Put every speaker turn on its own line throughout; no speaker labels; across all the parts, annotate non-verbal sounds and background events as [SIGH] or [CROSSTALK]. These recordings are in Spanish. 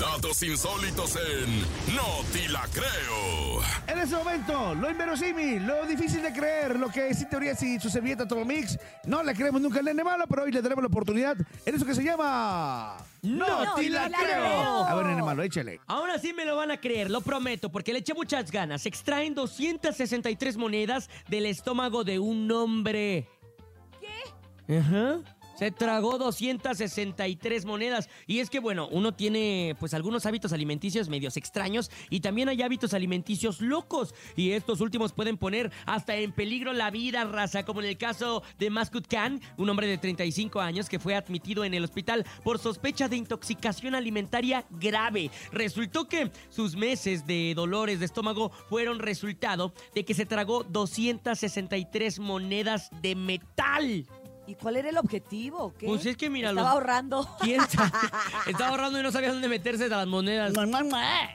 Datos insólitos en No Te La Creo.
En ese momento, lo inverosímil, lo difícil de creer, lo que sin teoría y su servilleta Tomomix, no le creemos nunca al nene malo, pero hoy le tenemos la oportunidad en eso que se llama...
No, No te la la creo. creo.
A ver, nene malo, échale.
Aún así me lo van a creer, lo prometo, porque le eché muchas ganas. Se Extraen 263 monedas del estómago de un hombre. ¿Qué? Ajá. Se tragó 263 monedas. Y es que, bueno, uno tiene pues algunos hábitos alimenticios medios extraños y también hay hábitos alimenticios locos. Y estos últimos pueden poner hasta en peligro la vida, raza, como en el caso de Mascud Khan, un hombre de 35 años que fue admitido en el hospital por sospecha de intoxicación alimentaria grave. Resultó que sus meses de dolores de estómago fueron resultado de que se tragó 263 monedas de metal.
¿Y cuál era el objetivo? o qué?
Pues es que mira,
Estaba
los-
ahorrando. [LAUGHS]
¿Quién
[LAUGHS]
sabe? Estaba ahorrando y no sabía dónde meterse de las monedas.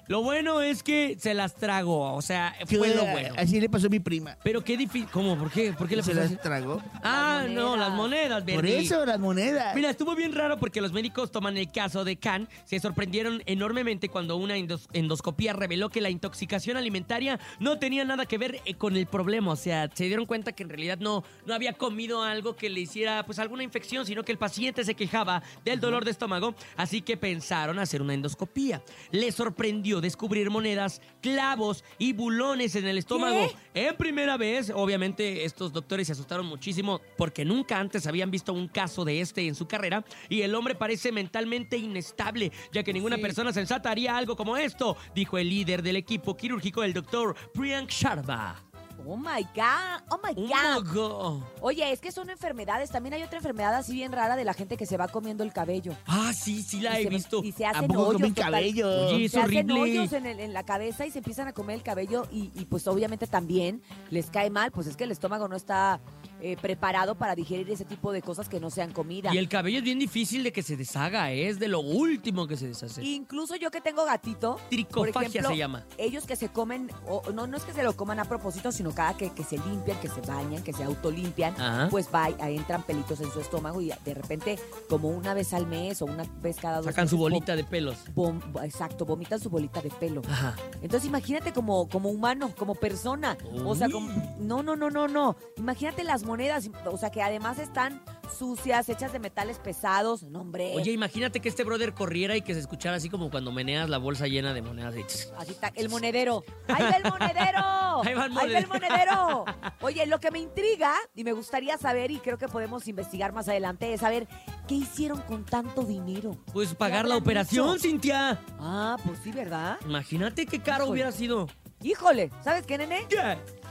Lo bueno es que se las tragó, o sea, fue lo bueno.
Así le pasó a mi prima.
Pero qué difícil. ¿Cómo? ¿Por qué? ¿Por qué le
se
pasó así?
las tragó.
Ah,
Las
no,
monedas.
las monedas,
Por
Verdi.
eso, las monedas.
Mira, estuvo bien raro porque los médicos toman el caso de Khan. Se sorprendieron enormemente cuando una endos- endoscopía reveló que la intoxicación alimentaria no tenía nada que ver eh, con el problema. O sea, se dieron cuenta que en realidad no, no había comido algo que le hiciera pues alguna infección, sino que el paciente se quejaba del dolor de estómago. Así que pensaron hacer una endoscopía. Le sorprendió descubrir monedas, clavos y bulones en el estómago. En primera vez, obviamente, estos doctores se asustaron muchísimo porque nunca antes habían visto un caso de este en su carrera y el hombre parece mentalmente inestable, ya que ninguna persona sensata haría algo como esto, dijo el líder del equipo quirúrgico, el doctor Priyank Sharma.
Oh my God. Oh my
Un
God.
loco.
Oye, es que son enfermedades. También hay otra enfermedad así bien rara de la gente que se va comiendo el cabello.
Ah, sí, sí la
y
he
se-
visto. Ah,
Y se hacen
Tampoco
hoyos.
comí
total.
cabello.
Oye, es
se hacen
horrible.
hoyos en, el- en la cabeza y se empiezan a comer el cabello y, y, pues obviamente también les cae mal, pues es que el estómago no está eh, preparado para digerir ese tipo de cosas que no sean comida.
Y el cabello es bien difícil de que se deshaga, ¿eh? es de lo último que se deshace.
Incluso yo que tengo gatito,
Tricofagia
por ejemplo,
se llama.
ellos que se comen, o, no, no es que se lo coman a propósito, sino cada que, que se limpian, que se bañan, que se autolimpian,
Ajá.
pues va, y- ahí entran pelitos en su estómago y de repente como una vez al mes o una vez cada dos
Sacan su
meses,
bolita Ah. de pelos.
vom- vom- exacto, vomitan su bolita de pelo.
Ajá.
Entonces imagínate como, como humano, como persona. O sea,
Uy.
como- no, no, no, no, no. Imagínate las monedas, o sea, que además están sucias, hechas de metales pesados. No, hombre.
Oye, imagínate que este brother corriera y que se escuchara así como cuando meneas la bolsa llena de monedas. y tss.
Así está, el monedero. ¡Ahí va el monedero!
Ahí va el
el monedero! Oye, lo que me intriga y me gustaría saber, y creo que podemos investigar más adelante, es saber qué hicieron con tanto dinero.
Pues pagar la
hablan
operación,
mucho.
Cintia.
Ah, pues sí, ¿verdad?
Imagínate qué caro
Híjole.
hubiera sido.
Híjole, ¿sabes qué, nene?
¿Qué?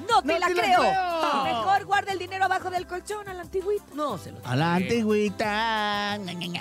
¡No te,
¡No
la,
te la
creo!
creo!
Mejor guarda el dinero abajo del colchón a la antigüita.
No se lo
A la antigüita. Ña, ña, ña.